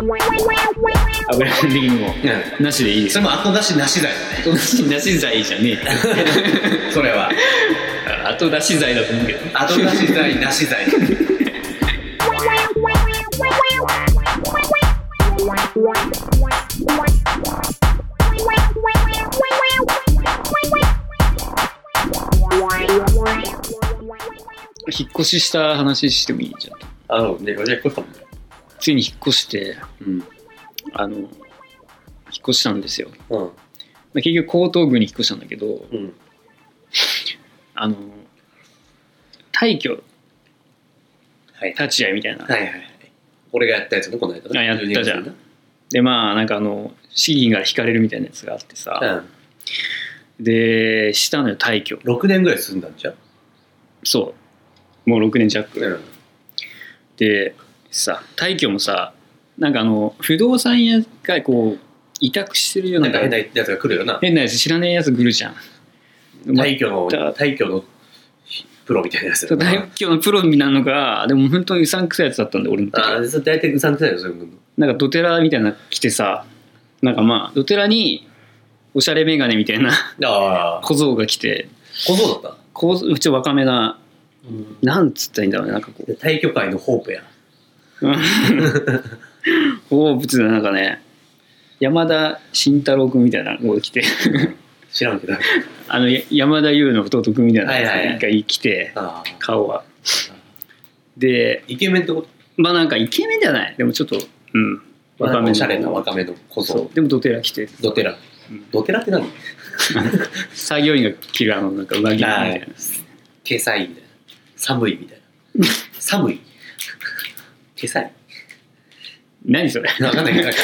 アブランディングもうなしでいいですそれも後出しなしだよね後出しなし剤じゃね それはえ後出し剤だと思うけど後出し剤なし剤引っ越しした話してもいいじゃんあのね、俺はこそもね。ついに引っ越してうん。あの引っ越したんですようん。まあ結局江東区に引っ越したんだけどうん。あの退去はい。立ち会いみたいな、はいはい。俺がやったやつね、この間ね。あやったじゃん12月にでまあなんかあの市議が引かれるみたいなやつがあってさ、な。うん。でしたのよ退去6年ぐらい進んだんじゃん。そうもう6年弱、うん。でさ退去もさなんかあの不動産屋がこう委託してるようななんか変なやつが来るよな。変なやつ知らねえやつ来るじゃんま退去の、た退去のプロみたいなやつだそような。大企業のプロなのかでも本当にうさんくさいやつだったんで俺の時ああ、それ大体うさんくさいよ、そういうの。なんかドテラみたいなの来てさなんかまあドテラにおしゃれメガネみたいなああ、小僧が来て小僧だった。小僧うちょ若めなうん。なんつったらいいんだろうねなんか こう退去会のホープや。大仏のなんかね山田慎太郎君みたいなのが来て知らんけど。ああのや山田優の弟君みたいなのはいはいはがい一回来てあ。顔はでイケメンってことまあなんかイケメンじゃないでもちょっとうんまあのおしゃれな若めの小そ僧。うでもドテラ来てドテラうん。ドテラって何作業員が着るあのなんか上着みたいな今朝いみたいな。寒いみたいな。寒い。今朝い。何 それわかんないけど、なんか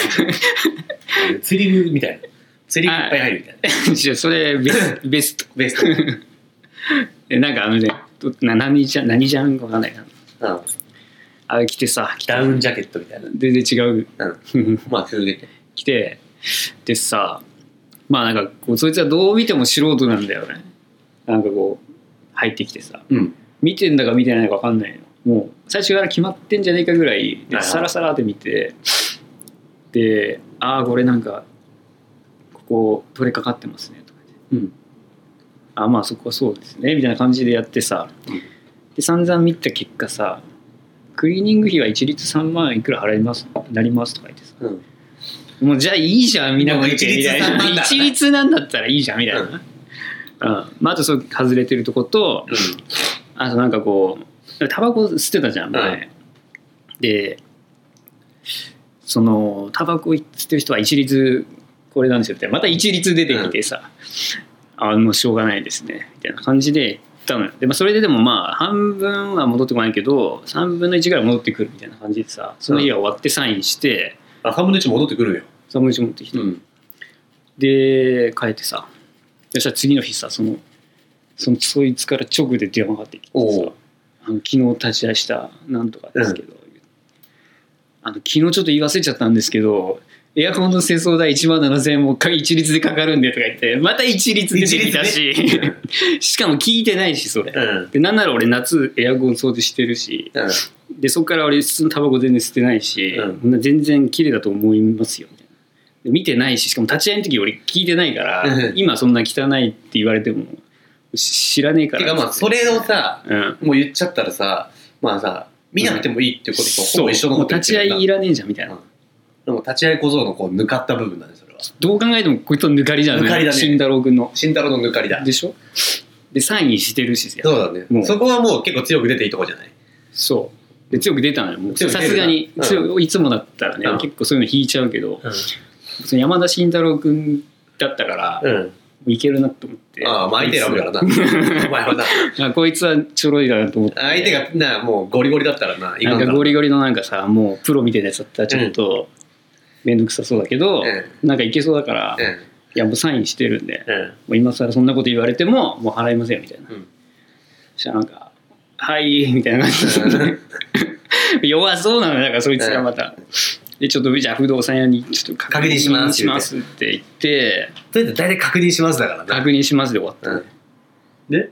釣り具みたいな。釣り具いっぱい入るみたいな。いやそれベスベストベスでなんかあのねどな何じゃ何じゃんかわかんないなト。うんあれ着てさ着てダウンジャケットみたいな。全然違う うん。来まあ、続けて。てでさまあなんかこうそいつはどう見ても素人なんだよねなんかこう入ってきてさうん。見てんだか見てないのか分かんないのもう最初から決まってんじゃねえかぐらいはいではいサラサラって見てで「ああこれなんかここ取れかかってますね」とか言ってうん「あまあそこはそうですね」みたいな感じでやってさうんで散々見た結果さクリーニング費は一律3万いくら払いますなりますとか言ってさうん。もうじゃあいいじゃんみんなもう見て一律みたい三万なだ一律なんだったらいいじゃんみたいな、ううんんまあ、あとそう外れてるとことあとなんかこうタバコ吸ってたじゃん前、はでそのタバコ吸ってる人は一律これなんですよってまた一律出てきてさ、あもうしょうがないですねみたいな感じで言ったのよで、まあ、それででもまあ半分は戻ってこないけど3分の1ぐらい戻ってくるみたいな感じでさその日は終わってサインして、あ、半分の一戻ってくるよ。そのうち持ってきて、ん。で帰ってさそしたら次の日さそのそのそいつから直で電話がかかってきておさうあの昨日立ち会したなんとかですけど、あの昨日ちょっと言い忘れちゃったんですけどエアコンの清掃代1万7000円もう一回一律でかかるんでとか言ってまた一律出てきたし、一律ね しかも聞いてないしそれ、うん。でなんなら俺夏エアコン掃除してるしうん。でそこから俺普通のタバコ全然吸ってないし、うんそんな全然綺麗だと思いますよみたいなで見てないししかも立ち会いの時俺聞いてないから、うん今そんな汚いって言われてもし知らねえかてらか、まあ、それをさ、うん、もう言っちゃったらさ、まあさ、見なくてもいいっていうこととほぼ一緒のもうこと言立ってち会るないいらねえじゃんみたいな、うんでも立ち会い小僧のこう抜かった部分なんでそれはどう考えてもこいつの抜かりじゃん抜かりだね慎太郎君の慎太郎の抜かりだでしょでサインしてるしそうだねもうそこはもう結構強く出ていいとこじゃないそうで強く出たのよもう強く出さるなすがに、うん強いいつもだったらね、うん結構そういうの引いちゃうけど、うその山田慎太郎君だったから、ん、いけるなと思ってああまあ相手選ぶからなお前はなあこいつはちょろいだなと思って相手がなもうゴリゴリだったらないかなんんからかゴリゴリのなんかさもうプロみたいなやつだったらちょっと面倒くさそうだけど、えなんかいけそうだから、いえやもうサインしてるんで、ええもう今更そんなこと言われてももう払いませんよみたいな、うんそしたらなんか「はい」みたいな感じで弱そうなのよだからそいつがまた、でちょっとじゃあ不動産屋にちょっと確認しますしますって言ってえとりあえず大体確認しますだからな確認しますで終わった、うんでで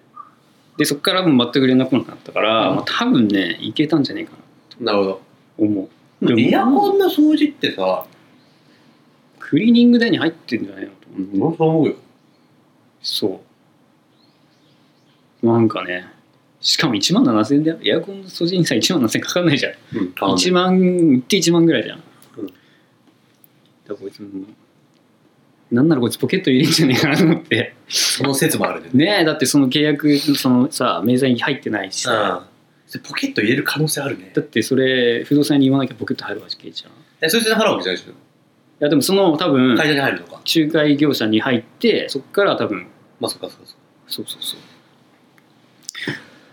でそこからもう全く連絡来なかったから、うんまあ、多分ねいけたんじゃねえかななるほどと思うでもエアコンの掃除ってさクリーニング代に入ってんじゃないのと思う俺そう思うよそうなんかねしかも1万7000円だよエアコンの掃除にさ1万7000円かかんないじゃんうん変わんない1万いって1万ぐらいじゃん、うんだからこいつもなんならこいつポケット入れんじゃねえかなと思ってその説もあるねねえだってその契約のそのさ明細に入ってないしさ、うんでポケット入れる可能性あるねだってそれ不動産に言わなきゃポケット入るわけじゃんいえそいつに払うわけじゃないでしょやでもその多分会社に入るのか仲介業者に入ってそこから多分まあそっかそっかそっそうそうそう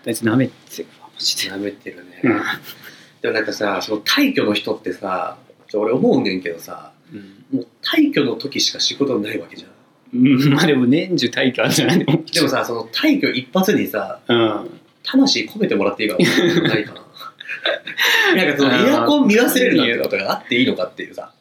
大体舐めてるわマジかでなめてるねうんでもなんかさその退去の人ってさちょ俺思うんねんけどさうんもう退去の時しか仕事ないわけじゃんうん、まあでも年中体育あるんじゃないのでもさその退去一発にさうん魂込めてもらっていいか なないか ななんかそのエアコン見忘れるなんてことがあっていいのかっていうさ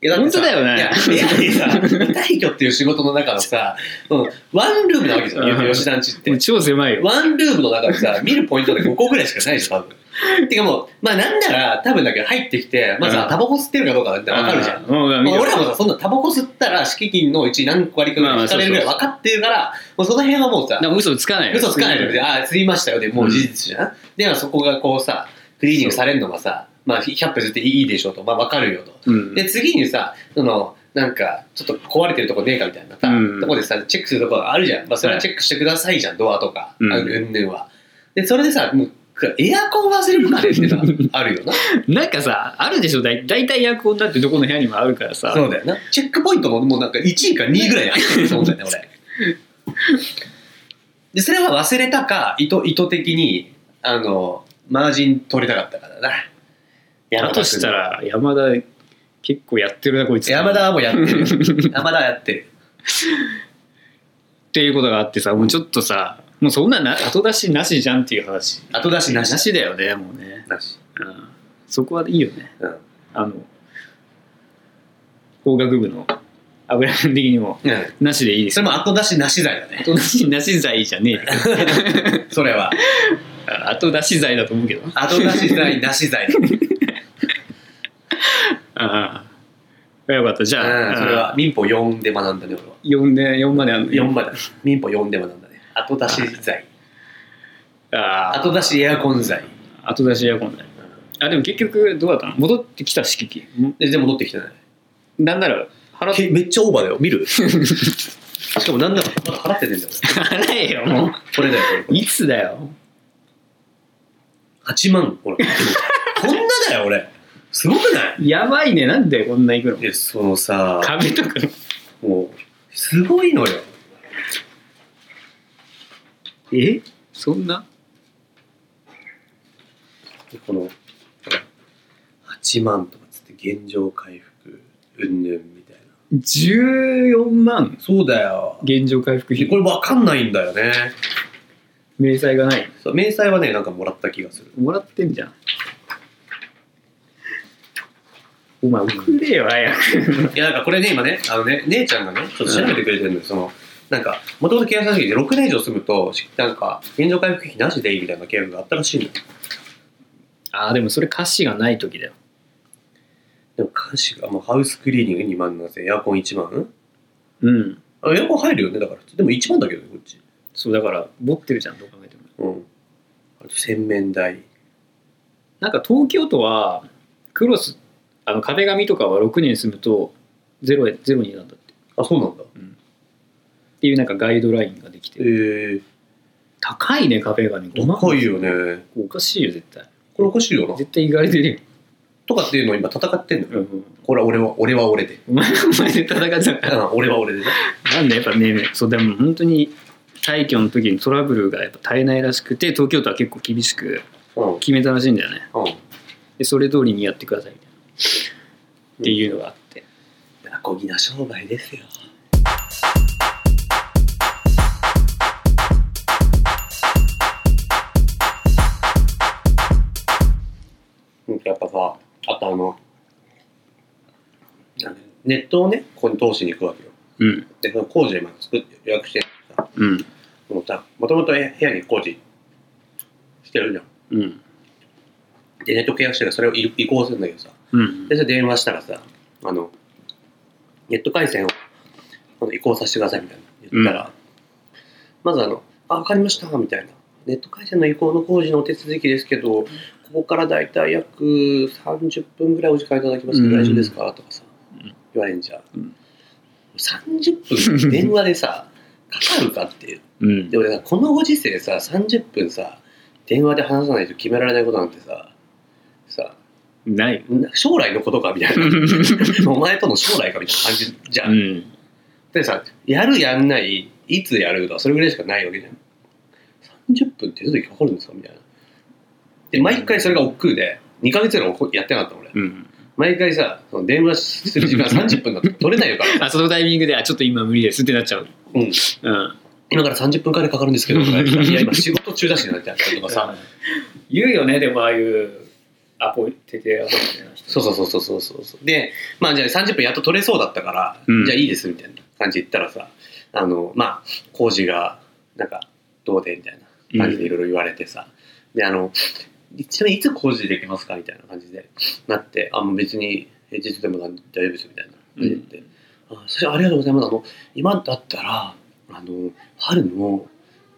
いやって本当さだよねいやい やいやさ退去っていう仕事の中のさ、うん、ワンルームなわけじゃうんん吉田んちっもてう超狭いよワンルームの中でさ見るポイントで5個ぐらいしかないでしょ多 分てかもうまあなんなら多分だけど入ってきてまずうさんタバコ吸ってるかどうかなんて分かるじゃんんもうまあ、俺俺らもさ、そんなタバコ吸ったら敷金のうち何割かぐらい引かれるぐらい分かってるから、もうその辺はもうさ、も嘘つかないよ嘘つかないで、ああ、吸いましたよでもう事実じゃん。で、まあそこがこうさ、クリーニングされるのがさ、まあ100歩ずっていいでしょうと、まあ分かるよと。うんで、次にさ、その、なんか、ちょっと壊れてるとこねえかみたいなさ、うんとこでさ、チェックするとこがあるじゃん。まあそれはチェックしてくださいじゃん、ドアとか、うんあうんぬんは。で、それでさ、もう、エアコン忘れるまでってさ、あるよ な。なんかさあるでしょだい大体エアコンだってどこの部屋にもあるからさそうだよな。チェックポイントももうなんか1位か2位ぐらいに入ってると思うんだ よね、俺。で、それは忘れたか、意図意図的に、あの、マージン取りたかったからな。だとしたら山田結構やってるなこいつ山田はもうやってる。っ山田はやってる。ていうことがあってさもうちょっとさもうそんなな後出しなしじゃんっていう話後出しなし。なしだよねもうね、なし。うん、そこはいいよねうん。あの法学部の油面的にもうん。なしでいいですそれも後出しなし罪だね。 後出しなし罪じゃねえよそれは。 あ後出し罪だと思うけどな後出し罪、なし罪。 うん。ああよかったじそれゃあ、は民法4で学んだね、俺は。 4で4まであんの4まで。民法4で学んだね。後出し罪。あ後出しエアコン罪。あ後出しエアコンだあでも結局どうだったの戻ってきた敷金で、でも戻ってきてない。なんなら払っけめっちゃオーバーだよ見 るしかもなんならまだ払ってねえんだよ払えよもこれだよこれこういつだよれ8万ほ らこんなだよ俺すごくないやばいねなんでこんないくのいやそのさ壁とかもうすごいのよえそんなこのほら8万とかつって現状回復うんぬんみたいな14万そうだよ現状回復費これ分かんないんだよね明細がないそう明細はねなんかもらった気がするもらってんじゃんお前送れよ早くいや、なんかこれね、今ね、あのね、姉ちゃんがね、ちょっと調べてくれてるのよ、その、なんか、もともと契約した時で6年以上住むと、しなんか、現状回復費なしでいいみたいな契約があったらしいのよ。ああでもそれ歌詞がない時だよでも、監視が、もうハウスクリーニング2万7千、エアコン1万うんあエアコン入るよね、だから。でも1万だけどね、こっち。そうだから持ってるじゃんどう考えてもうん。あと、洗面台。なんか東京都はクロスあの壁紙とかは6年住むとゼロへゼロになんだってっあ、そうなんだ。ていうなんかガイドラインができてえるー、高いね壁紙5万高いよね。おかしいよ絶対これおかしいよな。絶対意外でるとかっていうのを今戦ってんのよ。よ、うん、これは俺は、俺は俺で。お前お前で戦っちゃっうたん、俺は俺でね。なんだやっぱねそうでも本当に退去の時にトラブルがやっぱ絶えないらしくて東京都は結構厳しくうん。うん。決めたらしいんだよねでそれ通りにやってくださいみたいなっていうのがあって、アコギな商売ですよ。やっぱさ、あとあの、なんだネットをね、ここに通しに行くわけよ。うんで、その工事今作って予約してるからうんもうさ、もともと部屋に工事てるじゃん。うんで、ネット契約してるからそれを移移行するんだけどさ。うんで、それ電話したらさ、あの、ネット回線を今度移行させてくださいみたいな言ったら、まずあの、あ、わかりました、みたいな。ネット回線の移行の工事のお手続きですけど、ここからだいたい約30分ぐらいお時間いただきますけどうん大丈夫ですか、とかさうん、言われんじゃん。うん30分電話 でさ、かかるかっていう。うんで、俺さ、このご時世さ、30分さ、電話で話さないと決められないことなんてさ、さ、ない将来のことかみた いな。お前との将来かみたいな感じじゃ。うんんでさ、やるやんない、いつやるとか、それぐらいしかないわけじゃん。30分手続きかかるんですかみたいな。で、毎回それが億劫で、2ヶ月ぐらいもやってなかったの俺。うん毎回さ、その電話する時間30分だと取れないから、あそのタイミングであちょっと今無理ですってなっちゃううんうん今から30分くらいかかるんですけど、とか言ったらいや、今仕事中だしなってやったりとかさ、言うよねでもああいうアポテテアポみたいな人そうそうそうそうそうそう。で、まあじゃあ30分やっと取れそうだったから、うんじゃあいいですみたいな感じで言ったらさ、あの、まあ、工事が、なんか、どうでみたいな。感じでいろいろ言われてさ、であのちなみにいつ工事できますかみたいな感じでなってあもう別に平日でもなんで大丈夫ですみたいな感じで言って、あそれありがとうございますあの今だったらあの春の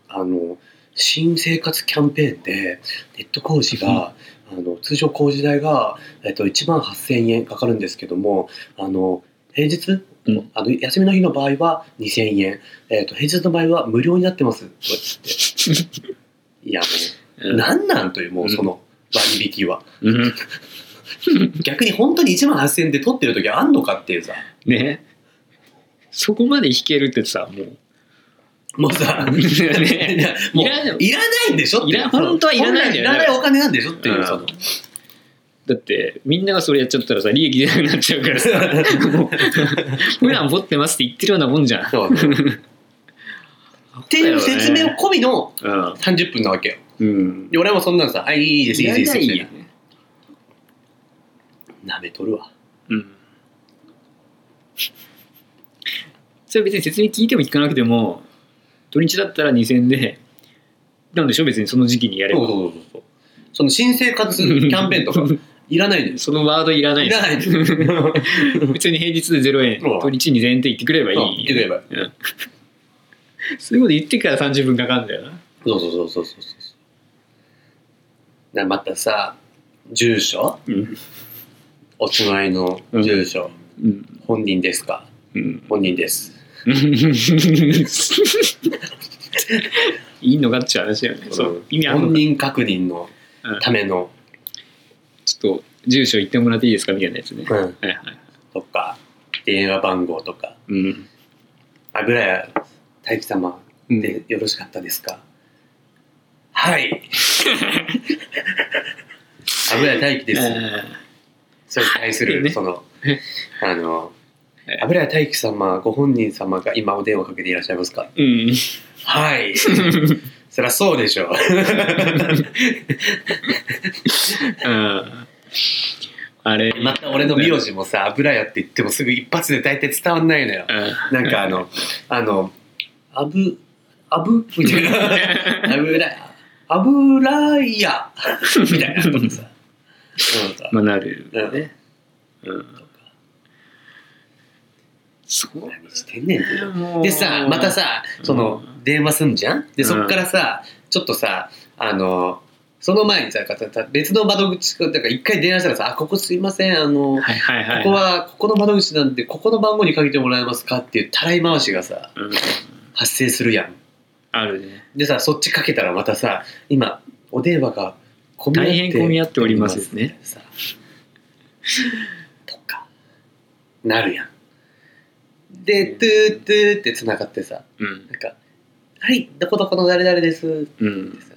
あの新生活キャンペーンでネット工事が、あの通常工事代が、えっと、1万8000円かかるんですけどもあの平日うんあの休みの日の場合は2000円、えっと平日の場合は無料になってますとか言っていやもうう、んなんなんという、もうその割引は。うん逆に本当に1万8000円で取ってる時あんのかっていうさ、 ねそこまで弾けるってさもうもう さ、い ねやもういらないいらないんでしょっていういら本当はいらないんだよねいらないお金なんでしょっていうう、んその。だってみんながそれやっちゃったらさ利益出なくなっちゃうからさ もう普段持ってますって言ってるようなもんじゃん そうっていう説明を込みのうん30分なわけよ。うんで俺はもうそんなのさ、あ、いいいいです、いいです、いいですみたいねな。舐めとるわ。うんそれ別に説明聞いても聞かなくても土日だったら2000でなんでしょ別にその時期にやれそうばそうそうそう。その新生活キャンペーンとか、いらないんです。 そのワードいらないいですらないんです。 別に平日で0円そう土日2000円って言ってくれればい言ってくいれば。そういうこと言ってから30分かかるんだよなそうそうそうそうそうそう。なまたさ、住所うんお住まいの住所、うん本人ですかうん本人です。 いいのかっちゅう話だよね。そう意味あん本の人確認のうんための、ちょっと住所言ってもらっていいですかみたいなやつね。うはんいはい。とか、電話番号とか、うん。油屋大輝様うんでよろしかったですか、 はい。油屋大輝です。それに対すはいる、ねそのえ、あのえ、油屋大輝様、ご本人様が今お電話かけていらっしゃいますかうん。 はい。そりゃそうでしょう。うんあれ、また俺の美容師もさ、油屋って言ってもすぐ一発で大体伝わんないのよ。うなんかあ の、あの、あぶ、あぶみたいな。油屋。油屋みたいな とかさ。なんかん、まあなるよね。うん。そう何してんねんって。もうでさ、また、さ、その、電話すんじゃんで、うんそっからさ、ちょっとさ、あの、その前にさ、かた別の窓口、だから一回電話したらさ、あ、ここすいません、あの、はいはいはい。ここは、ここの窓口なんで、ここの番号にかけてもらえますかっていうたらい回しがさ、うん、発生するやん。あるね。でさ、そっちかけたらまたさ、今、お電話が混み合っ大て変混み合っておりますね。さ。とか、なるやん。で、トゥートゥーって繋がってさ、うん。なんか、はい、どこどこの誰々ですってうん。さ、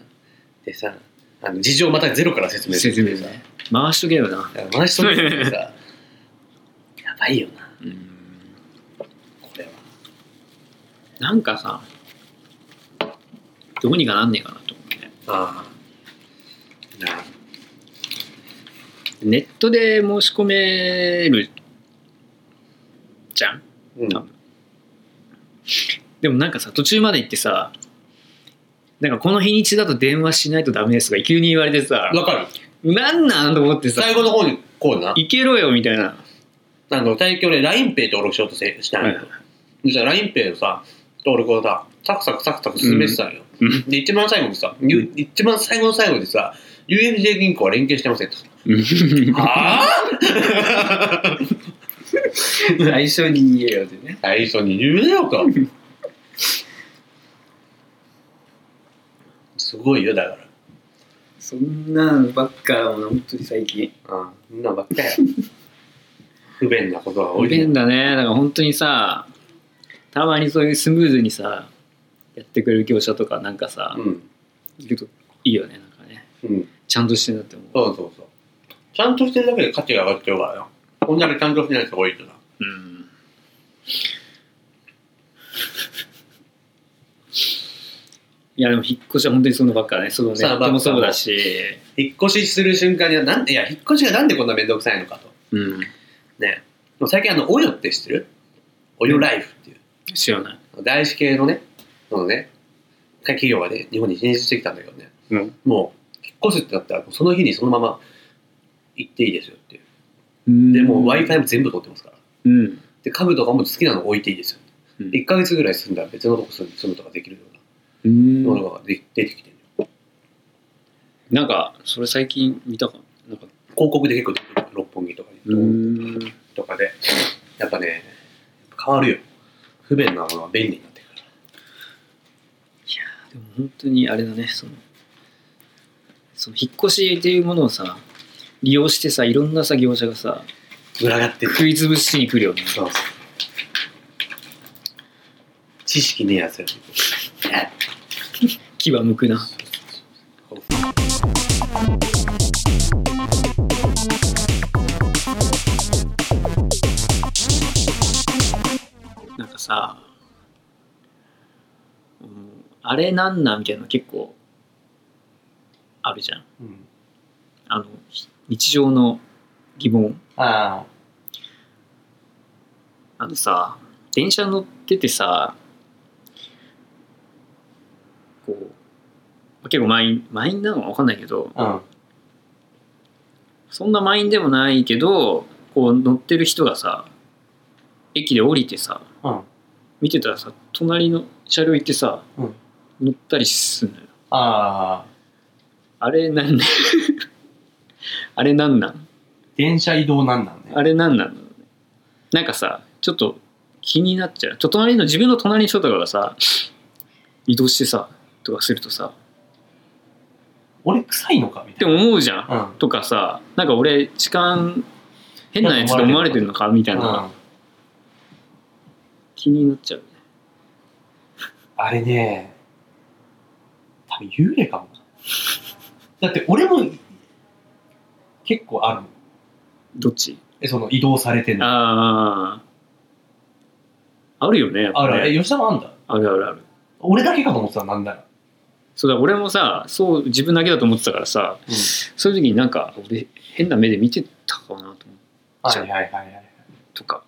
でさ、あの事情をまたゼロから説明する説明ね。回しとけよな。だから回しとくってさ、やばいよな、うん。これは。なんかさ、どうにかなんねえかなと思うね。ああ。なあ。ネットで申し込めるじゃんうん。でもなんかさ、途中まで行ってさ、なんかこの日にちだと電話しないとダメですとか急に言われてさわかるなんなんと思ってさ最後の方にこうな行けろよみたいなあの最近俺 LINEPay 登録しようとせしたんよ、はいそしたら LINEPay のさ登録をさサクサクサクサク進めてたんよ、うんで一番最後にさ、ゆうん一番最後の最後にさ UFJ 銀行は連携してませんと はぁ最初に言えよってね。最初に言うなよかすごいよだかそんなんばっかだもんな、本当に最近。らうんそんなばっか や不便なことが多不いね便だねだから本当にさたまにそういうスムーズにさやってくれる業者とかなんかさ、うんいるといいよねなんかねうんちゃんとしてんだって思う、そうそうそう。ちゃんとしてるだけで価値が上がっちゃうからよ。こんだけちゃんとしてない人が多いとな。うん、いやでも引っ越しは本当にそのばっかねそのネそッのばっかトもそうだし引っ越しする瞬間には、なんで、いや、引っ越しがなんでこんなめんどくさいのかと。うんね。でも最近、あの、およって知ってるおよライフっていう、知らない外資系のね、そのね、企業がね、日本に進出してきたんだけどね、うんもう、引っ越すってなったら、その日にそのまま行っていいですよっていう。で、でもう Wi-Fi も全部取ってますから。うんで、家具とかも好きなの置いていいですよ。うん1ヶ月ぐらい住んだら別のとこ住む住むとかできるよううんなものができ出てきてる。なんかそれ最近見たかななんか広告で結構出てくる六本木とかで、うんとかでやっぱね変わるよ不便なものは便利になってくるでも本当にあれだねそのその引っ越しっていうものをさ利用してさいろんなさ業者がさ群がってくる食い潰しに来るよねそうそう知識ねえやつら牙むくななんかさ、うんあれなんなんみたいなの結構あるじゃんうんあの日常の疑問あああのさ電車乗っててさこうまあ結構満員満員なのか分かんないけどうんそんな満員でもないけどこう乗ってる人がさ駅で降りてさうん見てたらさ隣の車両行ってさ、うん乗ったりすんのよあああれなんなん あれなんなん電車移動なんなんねあれなんなんだろうねなんかさちょっと気になっちゃうちょ隣の自分の隣の人とかがさ移動してさとかするとさ俺臭いのかみって思うじゃん、なとかさなんか俺痴漢変なやつと思われてるのかみたいな、気になっちゃうあれね、多分幽霊かも。だって俺も結構あるのどっちえ、その移動されてんの。あああるよねやっぱあねら、え、吉田もあんだ。あるあるある俺だけかと思ってた、なんだら。そうだ俺もさそう自分だけだと思ってたからさ、うんそういう時になんか俺変な目で見てたかなと思うはいはいはいはい。とか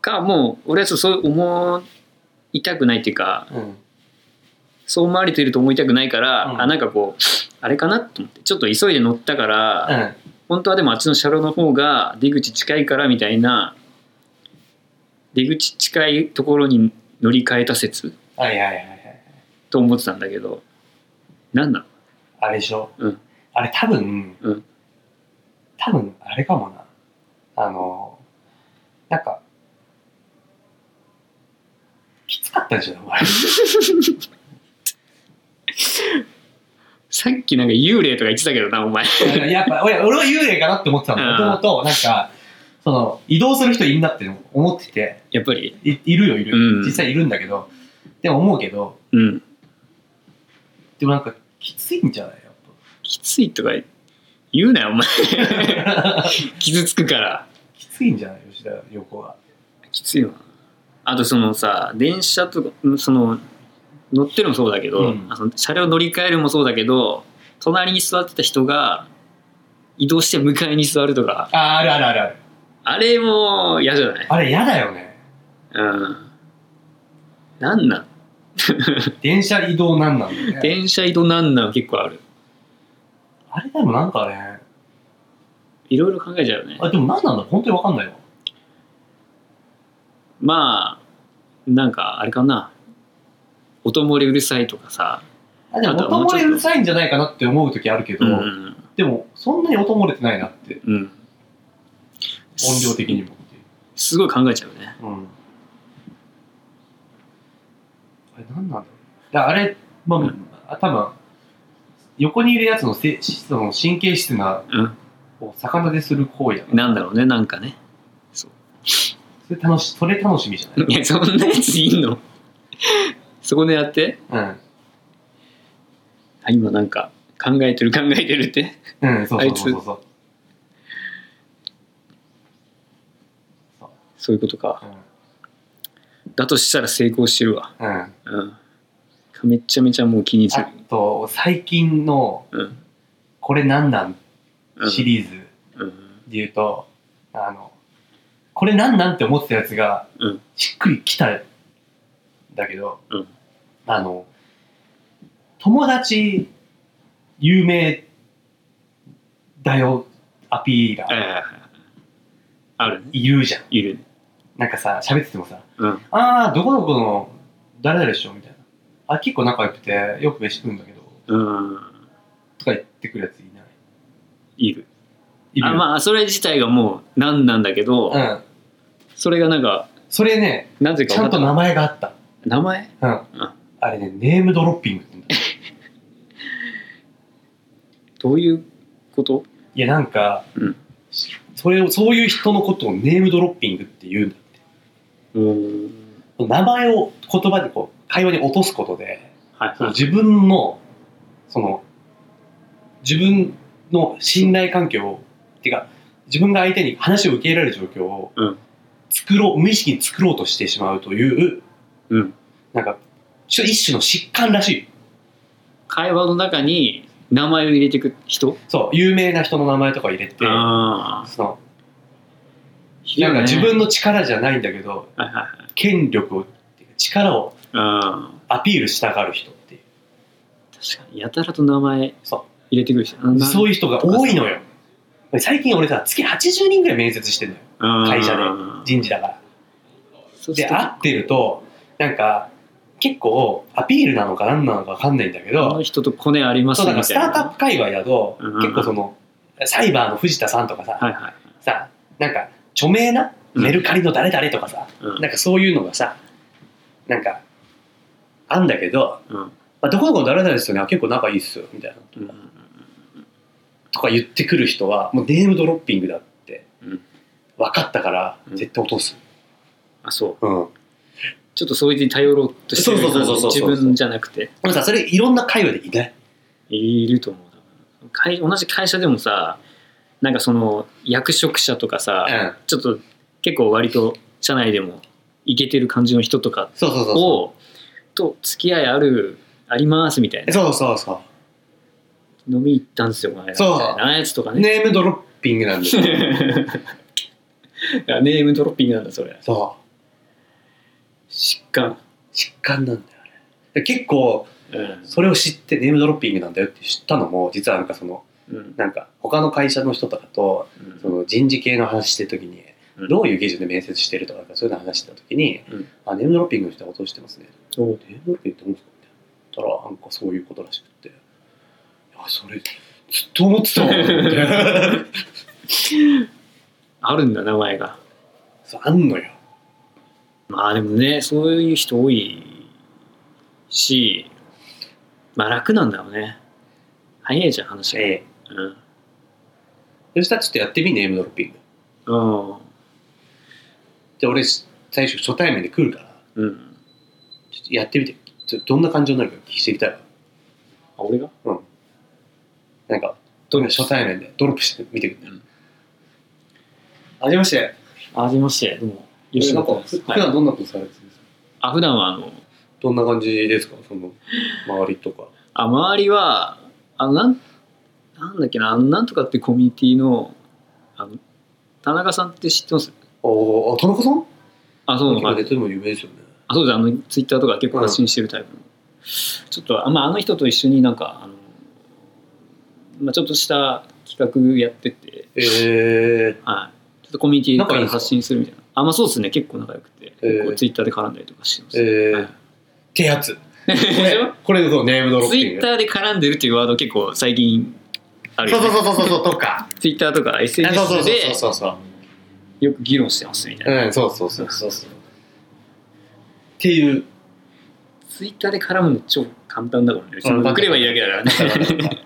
かもう俺はそうそう思いたくないっていうかうん。そう思われてると思いたくないから、うんあなんかこうあれかなと思ってちょっと急いで乗ったから、うん。本当はでもあっちの車両の方が出口近いからみたいな出口近いところに乗り換えた説はいはいはいはい。と思ってたんだけど何なのあれでしょ。うんあれ多分、うん多分、あれかもな。あの、なんか、きつかったんじゃないお前さっきなんか幽霊とか言ってたけどなお前やっぱ俺俺は幽霊かなって思ってたうんのもともとなんかその移動する人いるなって思っててやっぱりいいるよいる、うん実際いるんだけどでも思うけどうんでもなんかきついんじゃないやっきついとか言うなよお前 ぱ 傷つくからきついんじゃない吉田横はきついわあとそのさ電車とかその乗ってるもそうだけど、うんあその車両乗り換えるもそうだけど隣に座ってた人が移動して向かいに座るとかああるあるあるあるあれも嫌じゃないあれ嫌だよねうん。なんなん電車移動なんなんだよね。電車移動なんなの結構あるあれでもなんかね、いろいろ考えちゃうよねあ、でもなんなんだ本当にわかんないわ。まあなんかあれかな音漏れうるさいとかさ、あでもあとは音もうちょっと漏れうるさいんじゃないかなって思う時あるけど、うんでもそんなに音漏れてないなって、うん、音音量的にも。すごい考えちゃうねうん。あれなんなんだろう。だからあれ、まあ、うんあ多分横にいるやつのせその神経質な、うんを逆なでする行為だからなんだろうねなんかねそれ楽し、それ楽しみじゃないいやそんなやついんの そこでやってあ今なんか考えてる考えてるってうん。うん、そうそうそうそうそう。そういうことかうんだとしたら成功してるわうん。うんめちゃめちゃもう気にすあると、最近のうんこれなんなんうんシリーズでうん言うと、あの、これなんなんって思ってたやつがうんしっくりきたんだけど、うんあの、友達有名だよアピーラはいーはいはいあるねいるじゃん。いるねなんかさ、喋っててもさ、うんあー、どこどこの誰々でしょみたいな。あ、結構仲良くてよく飯食うんだけど、うんとか言ってくるやついない。いるいるあまあそれ自体がもう何なんだけど、うん。それがなんかそれね、なぜかちゃん分かとった名前があった。名前うん。んあれね、ネームドロッピングって言うんだ。どういうこといや、なんか、うんそれを、そういう人のことをネームドロッピングって言うんだって。うん名前を言葉にこう、会話に落とすことで、はいそのはい自分の、その、自分の信頼関係を、てか、自分が相手に話を受け入れられる状況をうん作ろう、無意識に作ろうとしてしまうという、うんなんか、ちょ一種の疾患らしい。会話の中に名前を入れていく人そう、有名な人の名前とか入れて、ああそのなんか自分の力じゃないんだけど、はいはいはい権力を、力をあアピールしたがる人っていう。ー確かにやたらと名前そ入れてくる人う。そういういう人が多いのよ。最近俺さ、月80人ぐらい面接してんのよ。会社で人事だから。そうすで、ると会ってると、なんか、結構アピールなのか何なのか分かんないんだけこのど、人とコネありますそうみなたんいかなスタートアップ界隈だと、うん結構その、サイバーの藤田さんとかさ、はいはいさ、なんか、著名なうんメルカリの誰々とかさ、うんなんかそういうのがさ、なんか、あんだけど、うんまあ、どこどこの誰々ですよね、あ結構仲いいっすよ、みたいな。うんとか言ってくる人は、もうネームドロッピングだってうん、分かったから、うん絶対落とす。あそううん。ちょっとそいつに頼ろうとしてるそうそうそうそう自分じゃなくてでもさ、それいろんな会話でいない。いると思う会同じ会社でもさなんかその役職者とかさ、うん。ちょっと結構割と社内でもイケてる感じの人とかそうそうそうそう。をと付き合いあるありますみたいなそうそうそ飲み行ったんですよこの間そうみたいなやつとかう。 ねネームドロッピングなんですよ。ネームドロッピングなんだそれそう。疾患、疾患なんだよ、あれ。で結構、うんそれを知ってネームドロッピングなんだよって知ったのも、実はなんかその、うんなんか他の会社の人とかと、その人事系の話してる時に、うんどういう技術で面接してるとかそういうの話してた時に、うんあネームドロッピングの人は落としてますねおネームドロッピングって思うんですかみたいなたらなんかそういうことらしくってあそれずっと思ってたわと思って あるんだ名前がそうあんのよまあでもねそういう人多いしまあ楽なんだろうね早いじゃん話が、ええそしたらちょっとやってみネームドロッピングうんで俺最初初対面で来るからうん、うん、ちょっとやってみてちょどんな感情になるか聞いてみたいわあ俺がなんか初対面でドロップしてみてくれ、うんはじめまして。あはじめましてどうも吉なん野かです普はい段どんなことされてるんですか、あ普段はあのどんな感じですかその周り とかあ周りはあのなんなんだっけなあのなんとかってコミュニティのあの田中さんって知ってますああ、田中さんあそうまあ、あネットでも有名ですよね。あそうですあのツイッターとか結構発信してるタイプの、ちょっとあ,、まあ、あの人と一緒になんかあの、まあ、ちょっとした企画やってて、えはい、ちょっとコミュニティ仲かいいんらですか発信するみたいなあまあそうですね結構仲良くて、えー結構ツイッターで絡んだりとかしてます、えー啓 発。こはいれ、これそう、ネームドロッツピインッグタ。ーで絡んでるっていうワード結構最近あるそようそうねそうそうそう、とか。ツイッターとかあそうそう SNS でそうそう。よく議論してますみたいな、うん、そうそうそうそうそう。っていう。ツイッターで絡むの超簡単だからねそのパクればいいだけだからね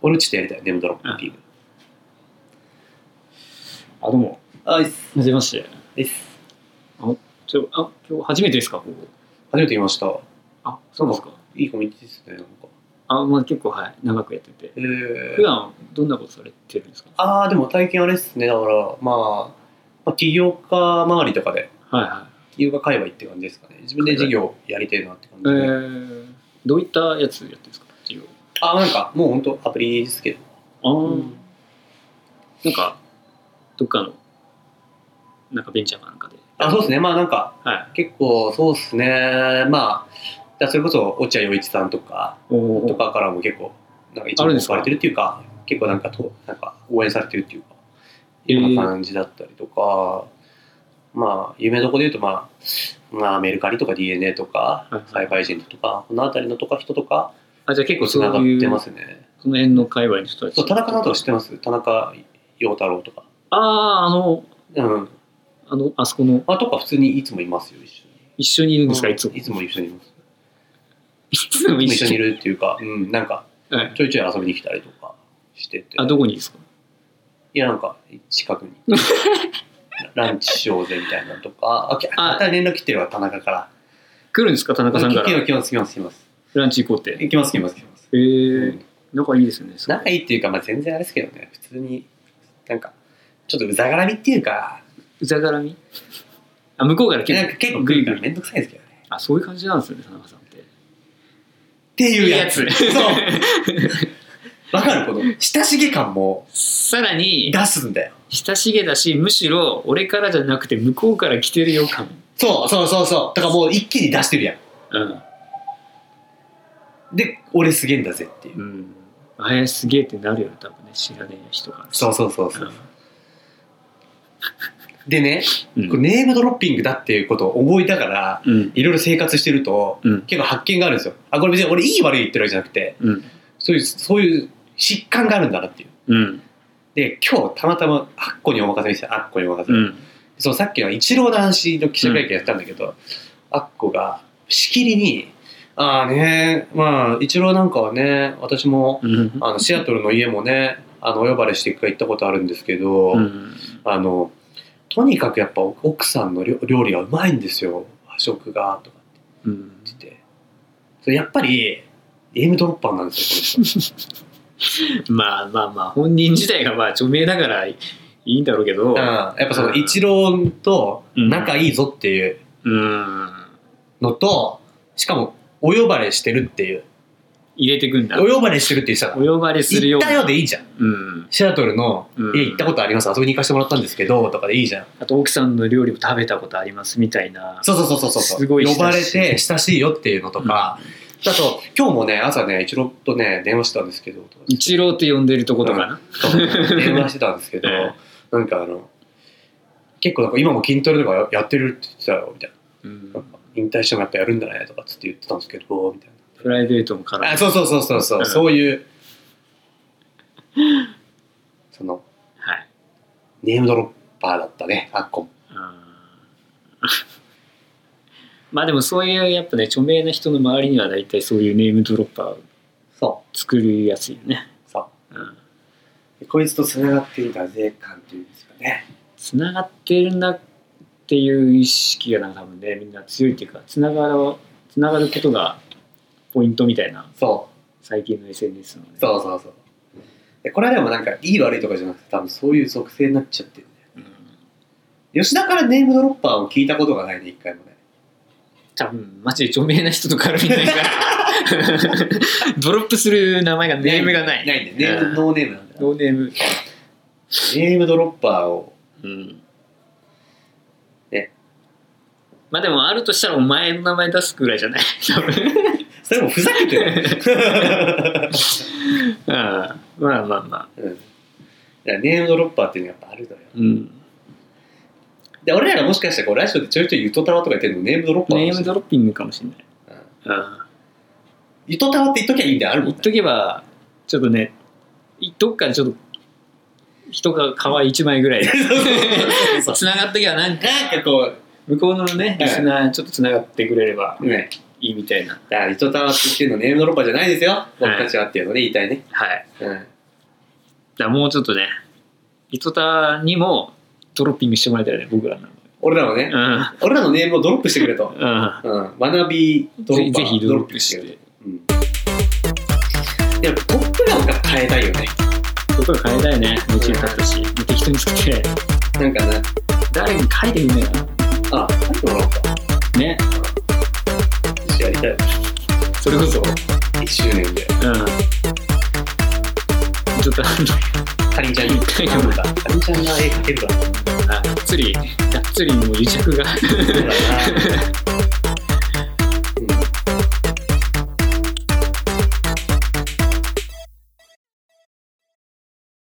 俺ちょっとやりたい、ネムドロッピング。 あどうもあ、いっす。はじめましていっす。ちょあ今日初めてですかここ初めて見ました。あそうですかいいコミュニティですね、なんか。あまあ結構はい長くやっててえー普段どんなことされてるんですかああ、でも体験あれっすね。だから、まあ、まあ、起業家周りとかで、はいは起業家界隈って感じですかね。自分で事業やりてえなって感いえじで。ー、どういったやつやってるんですか授業ああ、なんか、もう本当アプリですけど。あー、うんなんかどっかのなんかベンチャーかなんかであ、そうですね。まあなんか、はい結構そうですね。まあ、だからそれこそ落合陽一さんとか、おおとかからも結構、なんか一あるん応ですか使われてるっていうか、結構なんかと、なんか応援されてるっていうか、えいうようなー、感じだったりとか、まあ、有名どこで言うと、まあ、まあ、メルカリとか DNA とかはいはい、栽培人とか、この辺りのとか人とか、あじゃあ結構つなそがういっうてそのますね。辺の界隈の人たちそう、田中さんとか知ってます田中陽太郎とか。あああのうん。あのあそこのあとか普通にいつもいますよ、一緒に。一緒にいるんですか、いつもいつも一緒にいます。いつもいつ一も一緒緒ににいるっていうか、うん、なんか、はい、ちょいちょい遊びに来たりとかしてて。あどこにですかいや、なんか、近くに。ランチしようぜみたいなのとか、あ、きあまた連絡来てるわ、田中から。来るんですか田中さんか来らてます、来ます、来ます。ランチ行こうってへ来ます、来ます、来ます。えうん仲いいですねすごい仲いいっていうか、まあ、全然あれですけどね、普通に、なんか、ちょっとうざがらみっていうか、うざがらみあ向こうからなん結か構結構ググイイググイイめんどくさいですけどね。あそういう感じなんですね田中さんってっていうやつ。いいやつそう。わかるこの、親しげ感もさらに出すんだよ。親しげだしむしろ俺からじゃなくて向こうから来てるよ感そうそうそうそう。だからもう一気に出してるやうん、ん。で、俺すげえんだぜっていうう。ん、あれすげえってなるよね多分ね知らねえ人からそうそうそうそう。でね、うんこれネームドロッピングだっていうことを覚えたから、うんいろいろ生活してると、うん結構発見があるんですよ。あ、これ別に俺いい悪い言ってるわけじゃなくて、うんそういう、そういう疾患があるんだなっていう。うんで、今日たまたま、あっこにお任せにした、あっこにお任せ、うんそのさっきの一郎の話の記者会見やったんだけど、あっこが、しきりに、ああね、まあ、一郎なんかはね、私も、うんあの、シアトルの家もね、あの、お呼ばれして一回行ったことあるんですけど、うんあの、とにかくやっぱ奥さんの料料理がうまいんですよ、和食が、とかうんって言って。それやっぱり、エムドロッパーなんですよ、この人。まあまあまあ本人自体がまあ著名だからいいんだろうけどう んやっぱその、一郎と仲いいぞっていううんのと、しかも、お呼ばれしてるっていう。入れてくんだお呼ばれしてるって言ってたかおら。呼ばれする行よっうたなよでいいじゃん。うん、シアトルのうん家行ったことあります、遊びに行かせてもらったんですけど、とかでいいじゃん。あと奥さんの料理も食べたことありますみたいなそうそうそうそうそう。すごい親し呼いばれて親しいよっていうのとか、あと、今日もね、朝ね、一郎とね、電話してたんですけど、一郎って呼んでるとことかな、電話してたんですけ ど、えなんかあの、結構なんか今も筋トレとかやってるって言ってたよ、みたいな。うんなんか引退してもやっぱやるんだね、とかつって言ってたんですけど、みたいプライベートも絡んでな。あ、そうそうそうそうそう、うんそういう、その、はいネームドロッパーだったね、あっこも。あーまあでもそういうやっぱね著名な人の周りには大体そういうネームドロッパーをそ作りやすいよねう、そうんう。こいつと繋がってるだぜ感っていうんですかね。つながってるなっていう意識がなんか多分ねみんな強いっていうかつながるつながることがポイントみたいなそ最近の SNS のねう、そうそうそう。でこれはでもなんか、いい悪いとかじゃなくて、多分そういう属性になっちゃってる。うん吉田からネームドロッパーを聞いたことがないね、一回もね。多分マジで著名な人と絡みないから ドロップする名前がネームがないないんだよね。うんノーネームなんだよ。ノーネームネームドロッパーをうんね、まあでもあるとしたらお前の名前出すくらいじゃない多分それもふざけてる。うんまあまあまあうん。だからネームドロッパーっていうのがやっぱあるのよ。うんで、俺らがもしかしたらこうラジオでちょいちょいゆとたわとか言ってるのネームドロッパーかネもーしムれなドいロッピングかもしれない、うんゆとたわって言っときゃいいんだよ、あるもん言っね。とけばちょっとねいどっかちょっと人が皮一枚ぐらいそうつながっときゃなんかなんかこ向こうのねリスナーちょっとつながってくれればう、ね、いいみたいなだからゆとたわって言ってるのネームドロッパーじゃないですよ。僕たちはっていうのね、言いたいね。はいうん。だからもうちょっとね糸田にもドロッピングしてもらいたいよね僕らの俺らもね、う俺らのネームをドロップしてくれと。んうんうん。学びドぜロッパぜー。ひドロップしドロッてプしてくれる。いや、僕らが変えたいよね。僕ら変えたいねモチーフだったしもう適当に作ってなんかな、誰に書いてみんだよあ、なんかドロッパー。ねやりたい。それこそ1周年で。うんちょっとかりんちゃんに。一回か読むかりんちゃんが絵描けるかがら。っつりがっつりもう癒着がそうだな